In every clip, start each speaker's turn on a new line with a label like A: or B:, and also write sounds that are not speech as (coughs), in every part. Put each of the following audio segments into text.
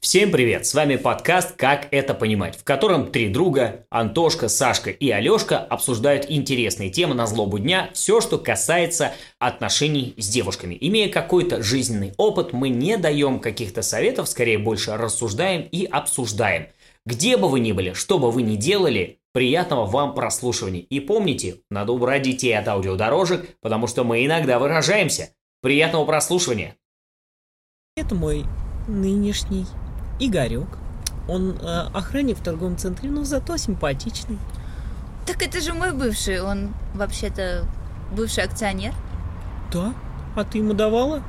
A: Всем привет! С вами подкаст «Как это понимать», в котором три друга Антошка, Сашка и Алешка обсуждают интересные темы на злобу дня, все, что касается отношений с девушками. Имея какой-то жизненный опыт, мы не даем каких-то советов, скорее больше рассуждаем и обсуждаем. Где бы вы ни были, что бы вы ни делали, приятного вам прослушивания. И помните, надо убрать детей от аудиодорожек, потому что мы иногда выражаемся. Приятного прослушивания!
B: Это мой нынешний Игорек. Он э, охранник в торговом центре, но зато симпатичный.
C: Так это же мой бывший, он вообще-то бывший акционер,
B: Да? А ты ему давала?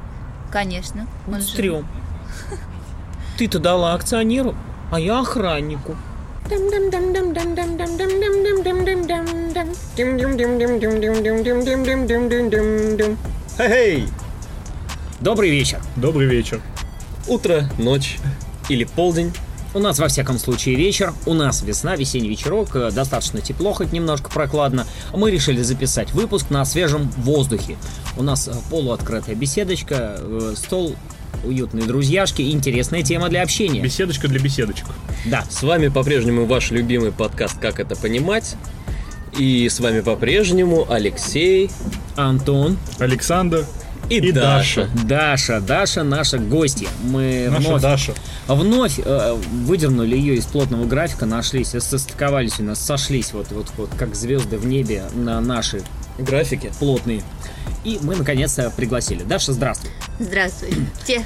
C: конечно. Он же- (laughs)
B: Стрём. Ты-то дала акционеру, а я охраннику.
D: Эй!
E: Добрый вечер.
F: Добрый вечер.
D: Утро, ночь или полдень.
E: У нас, во всяком случае, вечер. У нас весна, весенний вечерок. э, Достаточно тепло, хоть немножко прокладно. Мы решили записать выпуск на свежем воздухе. У нас э, полуоткрытая беседочка, э, стол, уютные друзьяшки, интересная тема для общения.
F: Беседочка для беседочек.
E: Да.
D: С вами по-прежнему ваш любимый подкаст «Как это понимать». И с вами по-прежнему Алексей
E: Антон,
F: Александр,
D: и,
F: И
D: Даша.
E: Даша, Даша, наша гостья. Мы
F: наша
E: вновь
F: Даша.
E: Вновь э, выдернули ее из плотного графика, нашлись, э, состыковались у нас, сошлись вот, вот, вот как звезды в небе на наши
D: Графики.
E: плотные. И мы наконец-то пригласили. Даша, здравствуй.
D: (clears throat)
C: Здравствуй. Те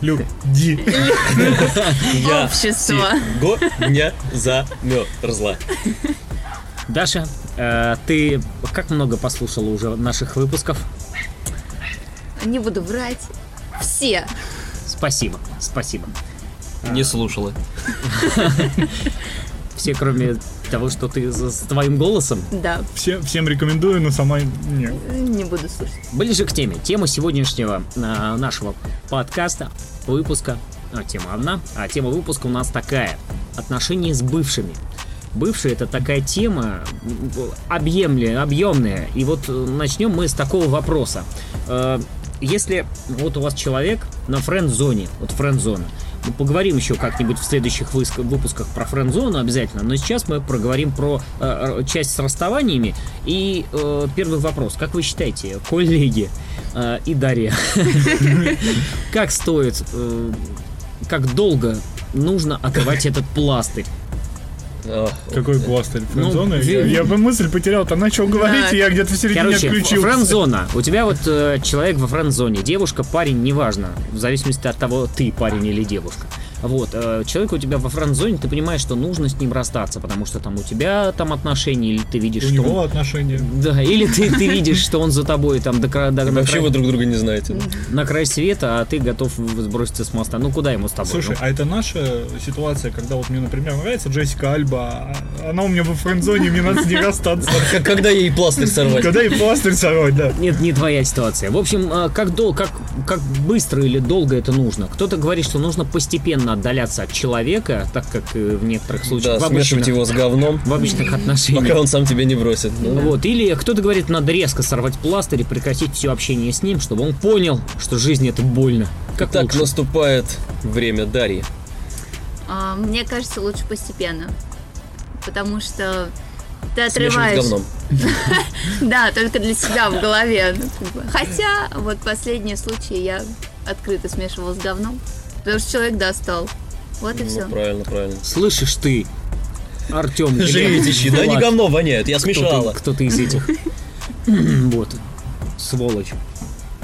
F: Люди.
C: (laughs)
D: Я
C: общество.
D: сегодня замерзла.
E: Даша, э, ты как много послушала уже наших выпусков?
C: Не буду врать. Все.
E: Спасибо, спасибо.
D: Не слушала.
E: (laughs) Все, кроме того, что ты за- с твоим голосом.
C: Да,
F: Всем, всем рекомендую, но сама не.
C: не буду слушать.
E: Ближе к теме. Тема сегодняшнего э, нашего подкаста, выпуска, а, тема одна, а тема выпуска у нас такая. Отношения с бывшими. Бывшие это такая тема м, объемле- объемная. И вот э, начнем мы с такого вопроса. Э, Если вот у вас человек на френд-зоне, вот френд-зона, мы поговорим еще как-нибудь в следующих выск- выпусках про френд-зону обязательно, но сейчас мы проговорим про э, р- часть с расставаниями. И э, первый вопрос. Как вы считаете, коллеги э, и Дарья, (laughs) как стоит, э, как долго нужно отрывать этот пластырь?
D: Ох,
F: Какой пластырь
E: Ну,
F: френдзоны? я,
E: ви-
F: я бы мысль потерял, там начал говорить, и я где-то в середине
E: Короче,
F: отключился.
E: френд-зона. У тебя вот э, человек во френд-зоне, девушка, парень, неважно, в зависимости от того, ты парень или девушка. Вот, э, человек у тебя во френд-зоне, ты понимаешь, что нужно с ним расстаться, потому что там у тебя там отношения, или ты видишь,
F: У
E: что Ну,
F: него
E: он...
F: отношения.
E: Да, или ты, ты видишь, что он за тобой там до, кра- до-
D: и
E: на,
D: Вообще
E: край,
D: вы друг друга не знаете.
E: на край света, а ты готов в- сброситься с моста. Ну куда ему с тобой?
F: Слушай, а это наша ситуация, когда вот мне, например, нравится Джессика Альба, а она у меня во френдзоне, и мне надо с ней расстаться.
E: (laughs)
D: К- Когда ей пластырь сорвать?
F: Когда и пластырь сорвать, да.
E: Ну, нет, не твоя ситуация. В общем, э, как, дол, как, как быстро или долго это нужно? Кто-то говорит, что нужно постепенно отдаляться от человека, так как э, в некоторых случаях
D: Да,
E: в,
D: смешивать
E: обычных,
D: его с говном,
E: в
D: (laughs)
E: обычных
D: пока
E: отношениях.
D: он сам тебя не бросит. Ну,
E: Вот. Или кто-то говорит, надо резко сорвать пластырь и прекратить все общение с ним, чтобы он понял, что жизнь это больно. Как
D: Так ну,
E: лучше?
D: наступает время Дарьи.
C: А, мне кажется, лучше постепенно. Потому что ты
D: Смешивать с
C: отрываешь.
D: говном.
C: (laughs) Да, только для себя в голове. Ну, как бы. Хотя, вот последние случаи я открыто смешивала с говном. Потому что человек достал. Вот и все.
D: Ну, правильно, правильно.
E: Слышишь ты, Артем
D: Живите, да не говно воняют, я
E: кто-то,
D: смешала.
E: кто-то из
D: (laughs)
E: этих. Вот. Сволочь.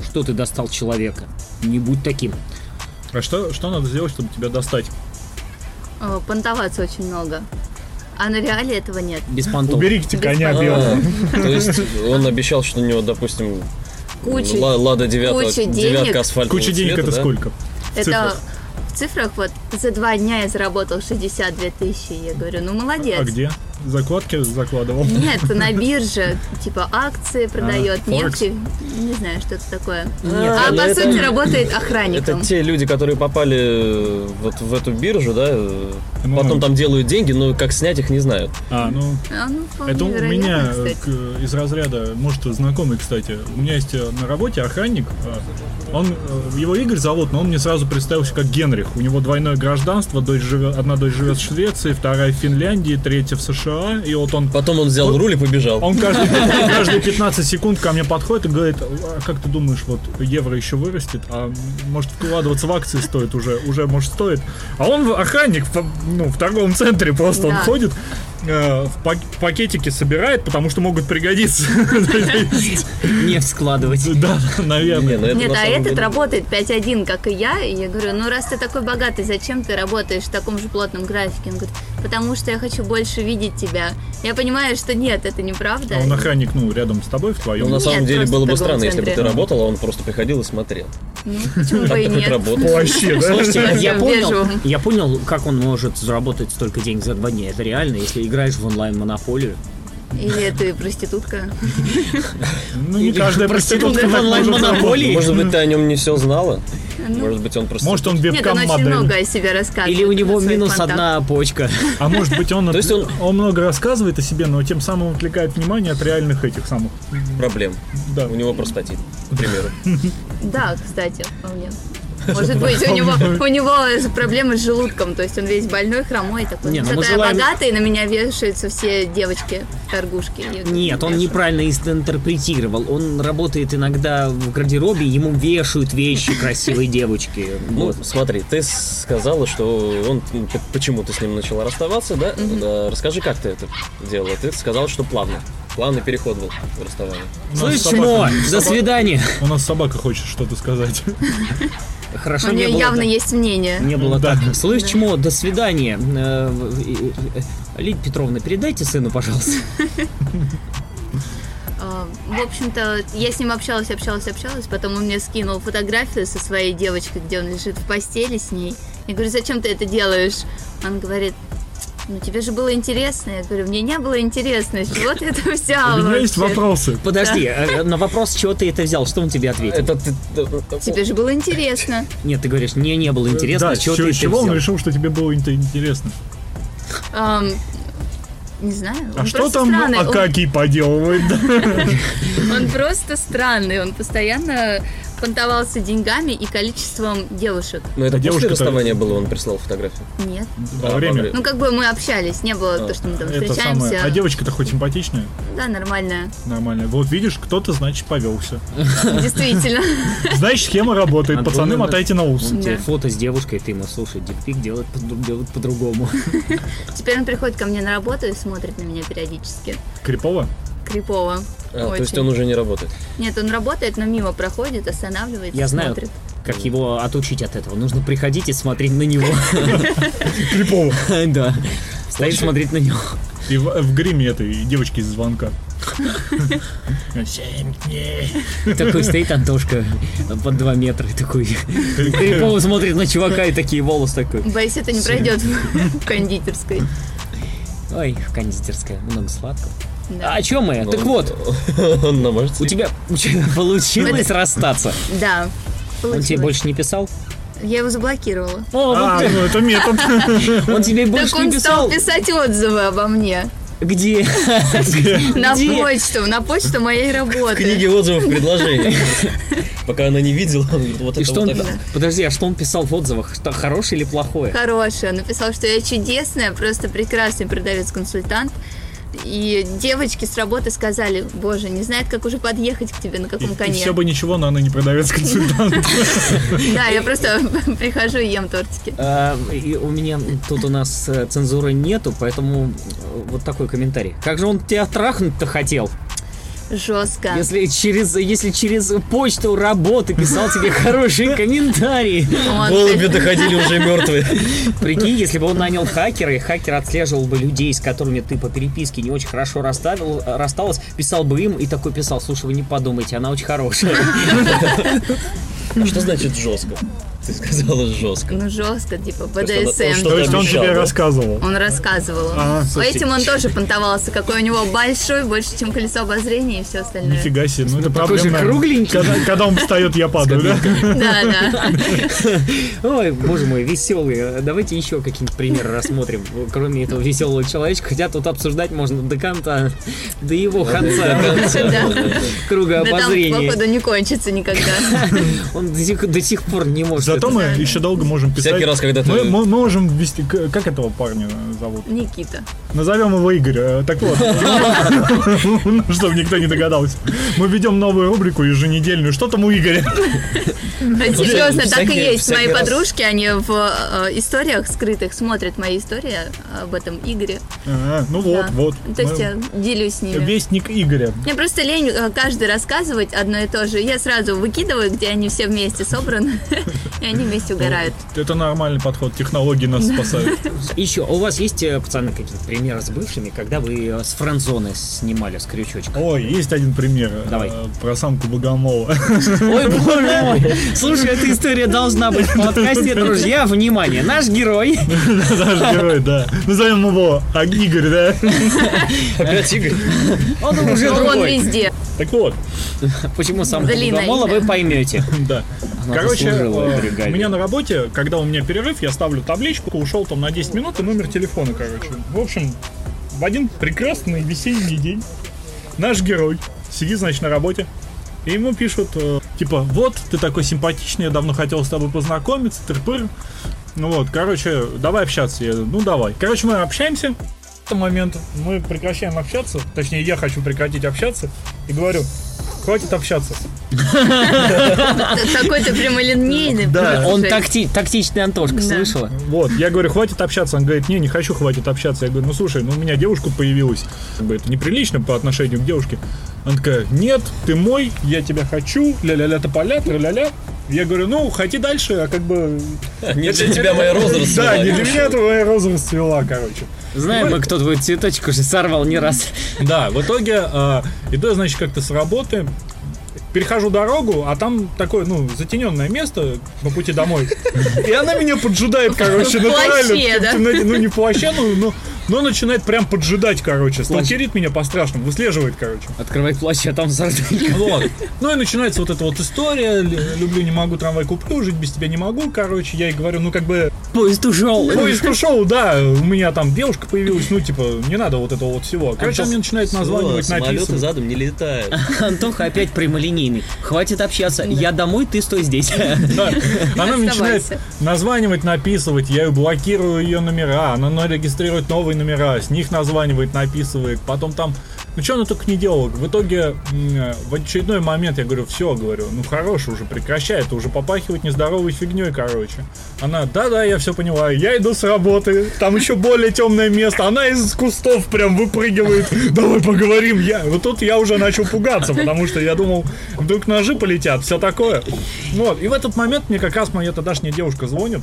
E: Что ты достал человека? Не будь таким.
F: А что, что надо сделать, чтобы тебя достать?
C: Э, Понтоваться очень много. А на реале этого нет.
E: Без понтов.
F: Уберите
C: Без
F: коня
C: понтов.
F: белого.
D: А, То есть он обещал, что у него, допустим,
C: Куча.
D: Ла- Лада 9,
C: куча денег.
D: девятка асфальтового
F: Куча денег
D: цвета,
F: это
D: да?
F: сколько? В
C: Это
F: цифрах.
C: в цифрах вот за два дня я заработал 62 тысячи. Я говорю, ну молодец.
F: А где? Закладки закладывал.
C: Нет, на бирже, типа акции продает,
F: А, Форекс.
C: нефти, не знаю, что это такое.
E: Нет,
C: а
D: ну
C: по
D: это-
C: сути работает
D: Это
C: охранником.
D: те люди, которые попали э, вот в эту биржу, да, э,
F: Ну,
D: потом
F: ну.
D: там делают деньги, но как снять их не знают.
F: А, ну,
C: А, ну, вполне
F: Это у
C: вероятно,
F: меня э,
C: кстати.
F: к- из разряда, может, знакомый, кстати. У меня есть э, на работе охранник. э, Он, э, его Игорь зовут, но он мне сразу представился как Генрих. У него двойное гражданство, дочь живе- одна дочь живет в Швеции, вторая в Финляндии, третья в США. И вот он...
D: Потом он взял руль и побежал.
F: А Он каждый- каждые, 15 секунд ко мне подходит и говорит, а как ты думаешь, вот евро еще вырастет, а может вкладываться в акции стоит уже, уже может стоит. А он в- охранник в, ну, в торговом центре просто, он
C: Да.
F: ходит, э, в пак- пакетики собирает, потому что могут пригодиться. (laughs)
E: нефть складывать.
F: Да, наверное.
D: ну это
C: Нет,
D: на
C: а
D: самом
C: этот
D: деле-
C: работает 5-1, как и я. И я говорю, ну раз ты такой богатый, зачем ты работаешь в таком же плотном графике? Он говорит, потому что я хочу больше видеть тебя. Я понимаю, что нет, это неправда.
F: А он охранник, ну, рядом с тобой, в
D: Ну,
F: твоем.
D: на
C: Нет,
D: самом деле
C: просто
D: было бы
C: в
D: странно, если бы ты
C: торговом
D: работал, а он просто приходил и смотрел.
C: Ну, почему
D: Как
C: бы и
D: (laughs) ты хоть
C: нет?
D: работаешь?
F: Вообще, да?
E: Я
C: в
E: понял,
C: бежевом.
E: я понял, как он может заработать столько денег за два дня. Это реально, если играешь в онлайн-монополию.
C: Или ты проститутка?
F: Ну, не каждая проститутка
E: проститутка в
F: так может
E: онлайн-монополии.
D: Может быть, ты о нем не все знала?
C: Ну,
D: Может быть, он просто...
F: Может, он
C: Нет, он очень много
F: вебкам-модель.
C: о себе рассказывает.
E: Или у него
C: на своих
E: минус
C: контактах.
E: одна почка. (laughs)
F: А может быть, он,
D: То есть он-
F: он много рассказывает о себе, но тем самым отвлекает внимание от реальных этих самых.
D: проблем.
F: Да.
D: У него простатит, к примеру.
C: (laughs) Да, кстати,
E: (laughs)
C: вполне. Может быть, у него, у него проблемы с желудком, то есть он весь больной, хромой такой.
E: Не, ну мы
C: Зато я
E: желаем-
C: богатый, на меня вешаются все девочки торгушки. Я говорю,
E: Нет, он
C: «Бля».
E: неправильно ис- интерпретировал. Он работает иногда в гардеробе, ему вешают вещи красивой девочки.
D: Ну,
E: Вот.
D: смотри, ты сказала, что он ну, п- почему ты с ним начала расставаться, да? Да, Расскажи, как ты это делала. Ты сказала, что плавно. Плавный переход был в расставании.
F: У нас
E: Слышь,
F: собака-
E: Мо, до свидания.
F: У нас собака хочет что-то сказать.
E: Хорошо,
C: У
E: не
C: нее
E: было
C: явно
E: так.
C: есть мнение.
E: Не было
F: Да.
E: так. Слышь, чмо, до свидания. Э, в- и- э, Лидия Петровна, передайте сыну, (laughs) пожалуйста.
C: А, В общем-то, я с ним общалась, общалась, общалась, потом он мне скинул фотографию со своей девочкой, где он лежит в постели с ней. Я говорю, зачем ты это делаешь? Он говорит, ну тебе же было интересно. Я говорю, мне не было интересно, с чего ты это
F: (laughs) У
C: взял?
F: меня есть
C: вообще?»
F: вопросы.
E: Подожди, э, на вопрос, чего ты это взял, что он тебе ответил?
D: Это ты...
C: Тебе же было интересно.
E: Нет, ты говоришь, мне не было интересно,
F: Да,
E: с чего
F: с
E: ты
F: чего,
E: это
F: с чего он
E: взял?
F: решил, что тебе было это интересно?
C: Ам, не знаю.
F: А
C: он
F: что
C: просто
F: там
C: странный. Он-
F: Акакий поделывает? Да.
C: Он, просто странный. Он постоянно понтовался деньгами и количеством девушек.
D: Ну,
F: А
D: это после
F: девушка-то-
D: расставания было, он прислал фотографию. А,
C: Нет.
F: Во время.
C: Ну, как бы мы общались, не было то, что мы там
F: Это
C: встречаемся.
F: самое. А девочка-то хоть симпатичная?
E: (laughs)
C: Да, нормально.
F: Нормальная. Вот видишь, кто-то, значит, повелся.
C: Действительно.
F: Значит, схема работает.
E: Антон,
F: Пацаны,
E: ну,
F: мотайте на ус.
E: Он тебе
C: Да.
E: фото с девушкой, ты ему, слушай, дикпик делают по- делают по-другому. (laughs)
C: Теперь он приходит ко мне на работу и смотрит на меня периодически.
F: Крипово?
C: Крипово.
D: А, то есть
C: Ну, Очень.
D: он уже не работает. (laughs)
C: Нет, он работает, но мимо проходит, останавливается,
E: Я знаю,
C: смотрит.
E: как его отучить от этого. Нужно приходить и смотреть на него. (laughs)
F: Крипово.
E: Да. Стоит смотреть на него. (laughs)
F: И в, в гриме этой девочки из звонка.
E: Такой стоит Антошка под 2 метра, и такой (laughs) крипово смотрит на чувака и такие волосы такой.
C: Боюсь, это
E: (laughs)
C: не пройдет в кондитерской.
E: Ой, кондитерская, много сладкого.
C: Да.
E: А чё мы?
D: Ну,
E: Так
D: он-
E: вот,
D: Он намажется.
E: у тебя (laughs) у тебя получилось расстаться.
C: Да.
E: Он тебе
C: получилось.
E: больше не писал?
C: Я его заблокировала.
E: О, вот
F: А, ну это метод.
E: ты- он тебе
C: (laughs) Так
E: больше
C: он
E: не писал?
C: стал писать отзывы обо мне.
E: Где?
C: На
E: Где?
C: почту, на
E: (laughs)
C: почту моей
D: Книги
C: работы.
D: отзывов предложений. Пока она не видела, он говорит, вот
E: И
D: это
E: что
D: вот
E: он...
D: это.
E: Подожди, а что он писал в отзывах? Что, хорошее или плохое?
C: Хорошая. Он написал, что я чудесная, просто прекрасный продавец-консультант. И девочки с работы сказали, боже, не знает, как уже подъехать к тебе, на каком
F: И
C: коне.
F: все бы ничего, но она не продавец-консультант.
C: Да, я просто (laughs) прихожу и ем тортики.
E: А, и у меня тут у нас э, цензуры нету, поэтому э, вот такой комментарий. Как же он тебя трахнуть-то хотел?
C: Жестко.
E: Если через, если через почту работы писал тебе хорошие комментарии.
C: Ну, Он-
D: Голуби доходили уже мертвые.
E: Прикинь, если бы он нанял хакера, и хакер отслеживал бы людей, с которыми ты по переписке не очень хорошо расставил, э, рассталась, писал бы им и такой писал, слушай, вы не подумайте, она очень хорошая.
D: А что значит жестко? Ты Ты сказала жестко.
C: Ну, жестко, типа,
D: он- он
C: БДСМ.
D: что-то
F: То есть он
D: обещал,
F: тебе
D: да?
F: рассказывал.
C: Он рассказывал.
F: А, слушайте.
C: Этим он тоже понтовался, какой у него большой, больше, чем колесо обозрения и все остальное.
F: Нифига себе, ну это
E: Такой же
F: проблема.
E: кругленький.
F: Когда, когда он встает, я падаю, да?
C: Да, да.
E: Ну, Ой, боже мой, веселый. Давайте еще какие-нибудь примеры рассмотрим. Кроме этого веселого человечка, хотя тут обсуждать можно до конца, до его конца,
C: Да.
E: круга
C: Да там,
E: обозрения.
C: походу, не кончится никогда.
E: (laughs) Он до сих, до сих пор не может.
F: Зато
E: это-
F: мы еще долго можем писать.
D: Всякий раз, когда ты-
F: Мы, мы можем ввести... к- Как этого парня зовут?
C: Никита.
F: Назовем его Игорь. Э, Так вот, (laughs) чтобы никто не догадался. Мы ведем новую рубрику еженедельную. Что там у Игоря? (laughs)
C: Э, Серьезно, так и
D: всякий-
C: есть. Мои
D: всякий раз.
C: подружки, они в э, историях скрытых смотрят мои истории э, об этом Игоре.
F: А, Ну вот,
C: Да.
F: вот.
C: То есть
F: Мы-
C: я делюсь с ними.
F: Вестник Игоря.
C: Мне просто лень э, каждый рассказывать одно и то же. Я сразу выкидываю, где они все вместе собраны, (laughs) и они вместе угорают.
F: Это нормальный подход. Технологии нас спасают.
C: (laughs)
E: Еще, а у вас есть, э, пацаны, какие-то примеры с бывшими, когда вы э, с франзоны снимали с крючочка?
F: Ой, есть один пример. э,
E: Давай.
F: Про самку Богомола.
E: (laughs) Ой, боже мой! Слушай, эта история должна быть в подкасте, друзья. Внимание, наш герой
F: Наш герой, да. Назовем его а, Игорь, да?
D: Опять Игорь.
E: Он уже
C: Но он
E: другой.
C: везде.
F: Так вот,
E: Почему сам
C: Длинное
E: Богомола,
C: имя.
E: вы поймете.
F: (laughs) да.
E: Она
F: Короче,
E: заслужила
F: э,
E: бригаде.
F: у меня на работе, когда у меня перерыв, я ставлю табличку, ушел там на 10 минут и номер телефона, короче. В общем, в один прекрасный весенний день наш герой сидит, значит, на работе, и ему пишут, э, типа, вот, ты такой симпатичный, я давно хотел с тобой познакомиться, тырпыр. Ну вот, короче, давай общаться. Я, говорю, ну давай. Короче, мы общаемся. В этот момент мы прекращаем общаться, точнее, я хочу прекратить общаться, и говорю, хватит общаться.
C: Т- Такой-то прямолинейный.
F: Да,
E: Он
C: слушай.
E: такти- тактичный Антошка,
C: Да.
E: слышала?
F: Вот, я говорю, хватит общаться. Он говорит, не, не хочу, хватит общаться. Я говорю, ну слушай, ну у меня девушка появилась. Как бы это неприлично по отношению к девушке. Она такая, нет, ты мой, я тебя хочу, ля-ля-ля тополя, ля-ля-ля. Я говорю, ну, хоти дальше, а как бы...
D: Не для тебя моя роза расцвела.
F: Да, не для меня твоя роза расцвела, короче.
E: Знаем мы, кто твой цветочек уже сорвал не раз.
F: Да, в итоге э, иду, я, значит, как-то с работы, перехожу дорогу, а там такое, ну, затененное место по пути домой. И она меня поджидает, короче,
C: В плаще,
F: натурально. в
C: да?
F: темноте. Ну, не в плаще, ну, но, но начинает прям поджидать, короче. Сталкерит меня по-страшному, выслеживает, короче.
E: Открывай плащ, а там сарделька.
F: (laughs) Вот. Ну и начинается вот эта вот история. лю- Люблю, не могу, трамвай куплю, жить без тебя не могу, короче. Я ей говорю, ну, как бы,
E: Поезд ушел.
F: поезд ушел, да, у меня там девушка появилась, ну, типа, не надо вот этого вот всего. Короче,
D: Антон,
F: она мне начинает названивать,
D: Всё, Самолеты
F: написывать.
D: задом не летают.
E: Антоха опять прямолинейный. Хватит общаться. Я домой, ты стой
C: (laughs)
E: здесь.
F: Да. Она мне
C: Оставайся.
F: начинает названивать, написывать, я ее блокирую ее номера, она на- регистрирует новые номера, с них названивает, написывает, потом там. Ну что она только не делала? В итоге м, в очередной момент я говорю, все, говорю, ну хорош уже, прекращай, это уже попахивает нездоровой фигней, короче. Она, да-да, я все поняла, я иду с работы, там еще более темное место, она из кустов прям выпрыгивает, давай поговорим, я. Вот тут я уже начал пугаться, потому что я думал, вдруг ножи полетят, все такое. Ну Вот, и в этот момент мне как раз моя тогдашняя девушка звонит,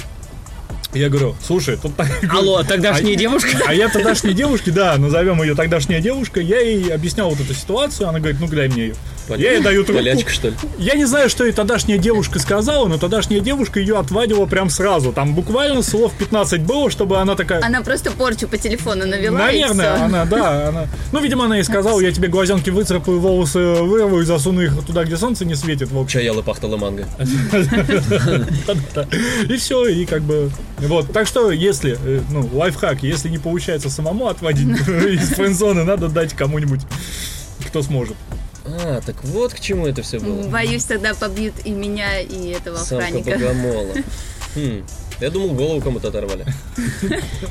F: И я говорю, слушай, тут так...
E: Алло,
F: А-
E: тогдашняя
C: (laughs)
E: девушка?
F: А я тогдашней девушке, да, назовем ее тогдашняя девушка, я ей объяснял вот эту ситуацию, она говорит, ну дай мне ее. Я ей даю трубку.
D: Полячка, что ли?
F: Я не знаю, что ей тогдашняя девушка сказала, но тогдашняя девушка ее отвадила прям сразу. Там буквально слов 15 было, чтобы она такая...
C: Она просто порчу по телефону навела.
F: Наверное,
C: и всё.
F: она, да, она. Ну, видимо, она и сказала, я тебе глазенки выцарапаю, волосы вырву и засуну их туда, где солнце не светит, в общем.
D: Чаялы пахтала манго.
F: И все, и как бы... Вот, так что, если, э, ну, лайфхак, если не получается самому отводить (laughs) из френдзоны, надо дать кому-нибудь, кто сможет.
D: А, так вот к чему это все было.
C: Боюсь, тогда побьют и меня, и этого
D: Самка
C: охранника.
D: богомола. Хм. Я думал, голову
C: (laughs)
D: кому-то оторвали.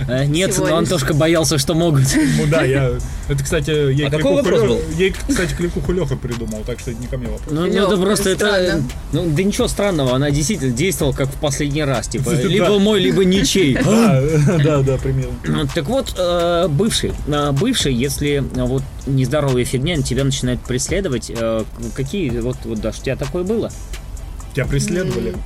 E: Э, Нет,
C: Всего
E: но
C: лишь.
E: Антошка боялся, что могут.
F: Ну да, я... Это, кстати, ей
D: А какой
F: кликуху
D: вопрос
F: Лё-
D: был?
F: Ей, кстати, кликуху Леха придумал, так что это не ко мне вопрос.
E: Ну, ну,
C: Лёв,
E: это просто это...
C: странно.
E: Ну, да ничего странного, она действительно действовала как в последний раз. Типа,
F: (laughs) Да.
E: либо мой, либо ничей.
F: Да, да, да, примерно.
E: Ну, Так вот, э, бывший. Э, Бывший, если э, вот нездоровая фигня на тебя начинает преследовать, э, к- какие, вот, вот Даш, у тебя такое было?
F: Тебя преследовали?
C: М.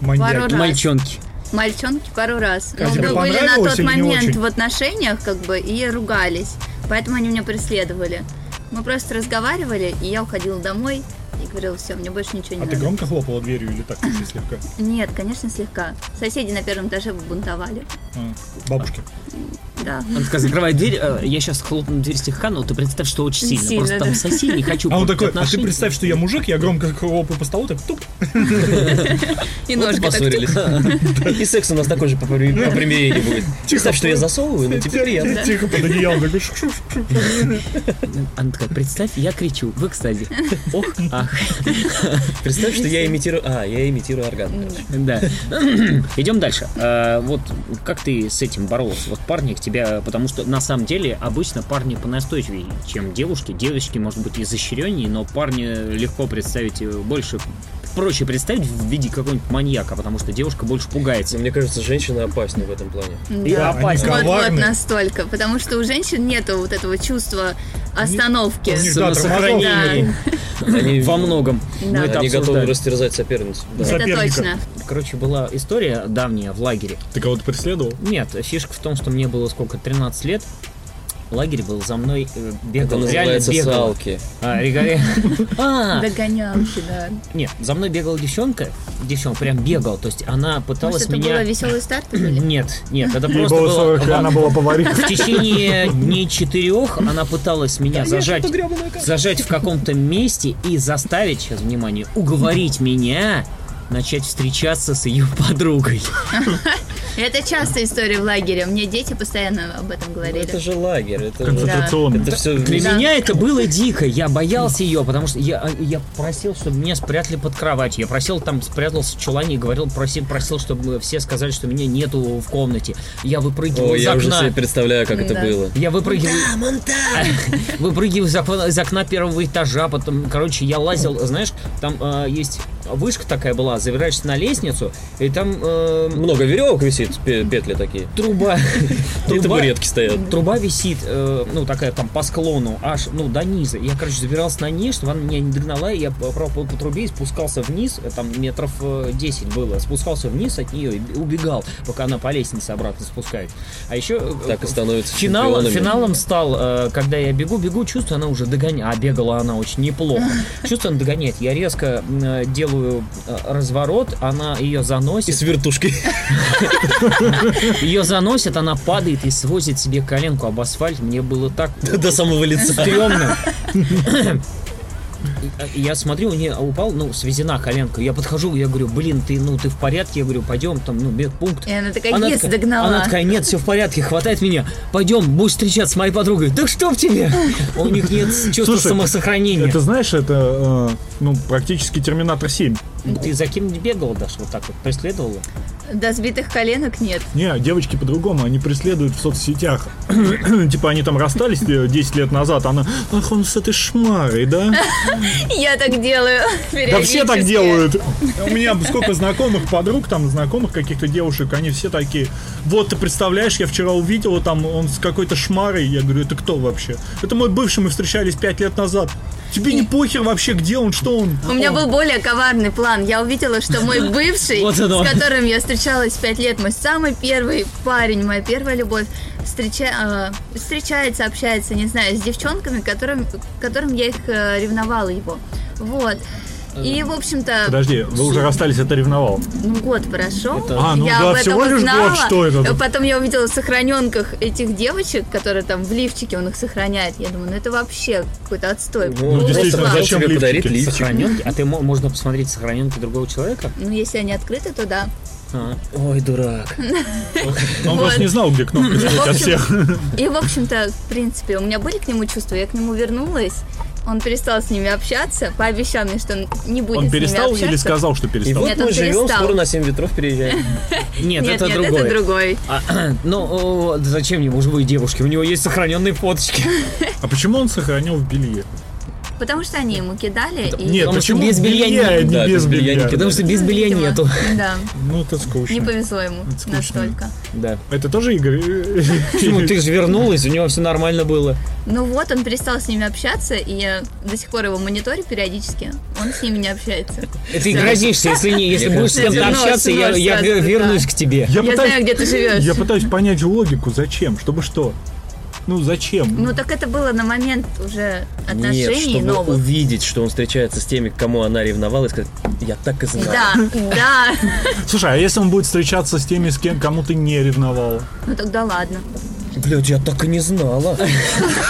F: Маньяки.
C: Пару раз.
E: Мальчонки.
C: Мальчонки пару раз.
F: А
C: Ну,
F: тебе
C: мы были на
F: понравилось
C: тот
F: или не
C: момент
F: очень?
C: в отношениях, как бы, и ругались. Поэтому они меня преследовали. Мы просто разговаривали, и я уходила домой. и говорил, все, мне больше ничего не
F: А ты
C: надо.
F: громко хлопала дверью или так чуть-чуть слегка?
C: Нет, конечно, слегка. Соседи на первом этаже бунтовали.
F: А, Бабушки.
C: Да.
E: Он такая закрывает дверь, э, я сейчас хлопну дверь слегка, но ты представь, что очень сильно.
C: Сильно,
E: Просто там
C: да.
E: соседи, не хочу
F: А он
E: портить
F: такой, а ты
E: отношения.
F: представь, что я мужик, я громко хлопаю по столу, так туп.
C: И
D: Вот и
C: ножка так тюк.
D: поссорились. (laughs) И секс у нас такой же по при- по примирению будет. Представь, что я засовываю, но
F: (laughs)
D: тебе приятно.
F: Тихо под одеялом, такой шук-шук-шук.
E: Она такая, представь, я кричу в экстазе. Ох, ах.
D: Представь, что я имитирую... А, я имитирую оргазм. короче.
E: Да. (clears throat) Идем дальше. А, Вот как ты с этим боролся? Вот парни к тебя, потому что на самом деле обычно парни понастойчивее, чем девушки. Девочки, может быть, изощреннее, но парни легко представить э, больше проще представить в виде какого-нибудь маньяка, потому что девушка больше
D: Но
E: пугается.
D: Ну, мне кажется, женщины опаснее в этом плане.
E: И
C: Да.
E: опасно.
C: Вот, вот
F: Коварные.
C: настолько. Потому что у женщин нету вот этого чувства остановки.
F: у них, да,
E: Самосохранение.
C: тормозов.
E: (laughs)
D: Они-
E: Во многом.
C: Да.
E: Мы это
D: Они готовы
E: обсуждали.
D: растерзать соперницу. Да.
C: Это
F: соперника.
C: точно.
E: Короче, была история давняя в лагере.
F: Ты кого-то преследовал?
E: Нет, фишка в том, что мне было сколько, 13 лет. Лагерь был за мной э,
D: Это
E: бегал, реально
D: называется
E: бегал.
D: салки.
E: А, рега- (laughs) А,
C: Догонялки, да.
E: Нет, за мной бегала девчонка, девчонка прям бегала, то есть она
C: Может,
E: пыталась
C: это было
E: меня...
C: веселый старт?
E: (laughs)
C: или?
E: Нет, нет, это просто было...
F: была
E: (laughs)
F: поварихой.
E: В течение дней четырех она пыталась меня зажать, зажать в каком-то месте и заставить, сейчас внимание, уговорить меня начать встречаться с ее подругой.
C: Это частая история в лагере. Мне дети постоянно об этом
D: Ну, Это
C: говорили.
D: же лагерь, это же-
F: Концентрационный.
D: Это все
E: Для
C: Да.
E: меня это было дико, я боялся ее, потому что я, а, я просил, чтобы меня спрятали под кровать, я просил, там спрятался в чулане и говорил, просил, просил, чтобы все сказали, что меня нету в комнате. Я выпрыгивал
D: О,
E: из
D: я уже
E: окна.
D: себе представляю, как это
C: Да.
D: было.
E: Я выпрыгиваю... (laughs) Выпрыгиваю из окна, из окна первого этажа, потом, короче, я лазил, знаешь, там э, есть вышка такая была, забираешься на лестницу, и там э,
D: Много веревок висит, пе- петли такие.
E: труба...
D: И
E: (laughs) труба-
D: табуретки стоят.
E: Труба висит, э, ну, такая там по склону, аж, ну, до низа. Я, короче, забирался на ней, чтобы она меня не догнала, и я пробовал по трубе и спускался вниз, э, там метров э, 10 было, спускался вниз от нее и убегал, пока она по лестнице обратно спускает. А еще... э,
D: Так и становится
E: Финал,
D: чемпионами.
E: финалом стал, э, когда я бегу, бегу, чувствую, она уже догоняет. А бегала она очень неплохо. Чувствую, она догоняет. Я резко м, э, делаю э, разворот, она ее
D: И
E: заносит.
D: с вертушки.
E: Ее заносит, она падает и свозит себе коленку об асфальт. Мне было так
D: (laughs) До самого лица.
E: стрёмно. э, Я смотрю, у нее упал, ну, свезена коленка. Я подхожу, я говорю, блин, ты, ну, ты в порядке? Я говорю, пойдем, там, ну, медпункт.
C: И она такая,
E: Она
C: ес,
E: такая- Она
C: догнала.
E: такая, нет, все в порядке, хватает меня. Пойдем, будешь встречаться с моей подругой. Да что в тебе? У них нет чувства
F: Слушай,
E: самосохранения.
F: Это знаешь, это э, ну практически Терминатор 7.
E: Ты за кем нибудь бегала, Даша, вот так вот, преследовала?
C: До сбитых коленок нет. (laughs)
F: Не, девочки по-другому, они преследуют в соцсетях. (clears throat) типа они там расстались э, 10 лет назад, она, ах, он с этой шмарой, да?
C: Я так делаю (laughs)
F: Да все так
C: периодически.
F: делают. У меня сколько знакомых подруг, там знакомых каких-то девушек, они все такие. Вот ты представляешь, я вчера увидела там, он с какой-то шмарой. Я говорю, это кто вообще? Это мой бывший, мы встречались 5 лет назад. Тебе не похер вообще, где он, что он?
C: У меня был более коварный план. Я увидела, что мой бывший,
E: Вот
C: с
E: оно.
C: которым я встречалась пять лет, мой самый первый парень, моя первая любовь, встреча- э, встречается, общается, не знаю, с девчонками, которым, которым я их э, ревновала его. Вот. И, в общем-то,
F: Подожди, вы уже расстались, это ревновал.
C: ну, год прошел.
F: А, ну
C: я
F: да,
C: об этом
F: всего лишь
C: узнала.
F: год, что это?
C: Э, Потом я увидела в сохраненках этих девочек, которые там в лифчике, он их сохраняет. Я думаю, ну это вообще какой-то отстой.
D: Ну,
C: Полный
F: действительно,
C: план.
D: хотел
F: зачем
D: тебе
F: лифчики?
D: подарить лифчик?
E: Сохраненки? А ты мо- можно посмотреть сохраненки другого человека?
C: Ну, если они открыты, то да.
E: А.
D: Ой, дурак.
F: Он просто не знал, где кнопка стоит от всех.
C: И, в общем-то, в принципе, у меня были к нему чувства, я к нему вернулась. Он перестал с ними общаться, пообещал мне, что он не будет
F: Он
C: с ними
F: перестал
C: общаться.
F: или сказал, что
D: И
F: перестал?
D: вот
C: Нет,
D: мы
C: он
D: живем,
C: перестал.
D: скоро на 7 ветров переезжаем.
E: Нет,
C: Нет,
E: это
C: нет,
E: другое.
C: это другой.
E: А, ну, о, да зачем ему живые девушки? У него есть сохраненные фоточки.
F: А почему он сохранил в белье?
C: Потому что они ему кидали. и-
F: Нет,
E: Потому что
F: почему
E: без
F: в
E: белья
F: белье,
E: не-
F: а не
D: Да,
F: без
D: без белья не
F: белья?
E: Потому что (laughs) без белья
C: Видимо,
E: нету.
C: Да,
F: Ну, это
C: не
F: скучно.
C: повезло ему
F: Это скучно.
C: настолько.
E: Да.
F: Это тоже Игорь?
E: Почему ты же вернулась, у него все нормально было.
C: Ну вот, он перестал с ними общаться, и я до сих пор его мониторю периодически. Он с ними не общается.
E: И Ты грозишься, если не, если
D: Мне
E: будешь с
C: кажется,
E: кем-то
C: нож,
E: общаться, я,
C: нож
E: я
C: сразу,
E: вер-
C: да.
E: вернусь к тебе.
C: Я знаю, где ты живешь.
F: Я пытаюсь понять логику, зачем, чтобы что. Ну зачем?
C: Ну так это было на момент уже отношений
D: Нет, чтобы
C: новых.
D: увидеть, что он встречается с теми, к кому она ревновала, и сказать, я так и знала.
C: Да, да.
F: Слушай, а если он будет встречаться с теми, с кем кому ты не ревновал?
C: Ну тогда ладно.
D: Блядь, я так и не знала.
E: (laughs)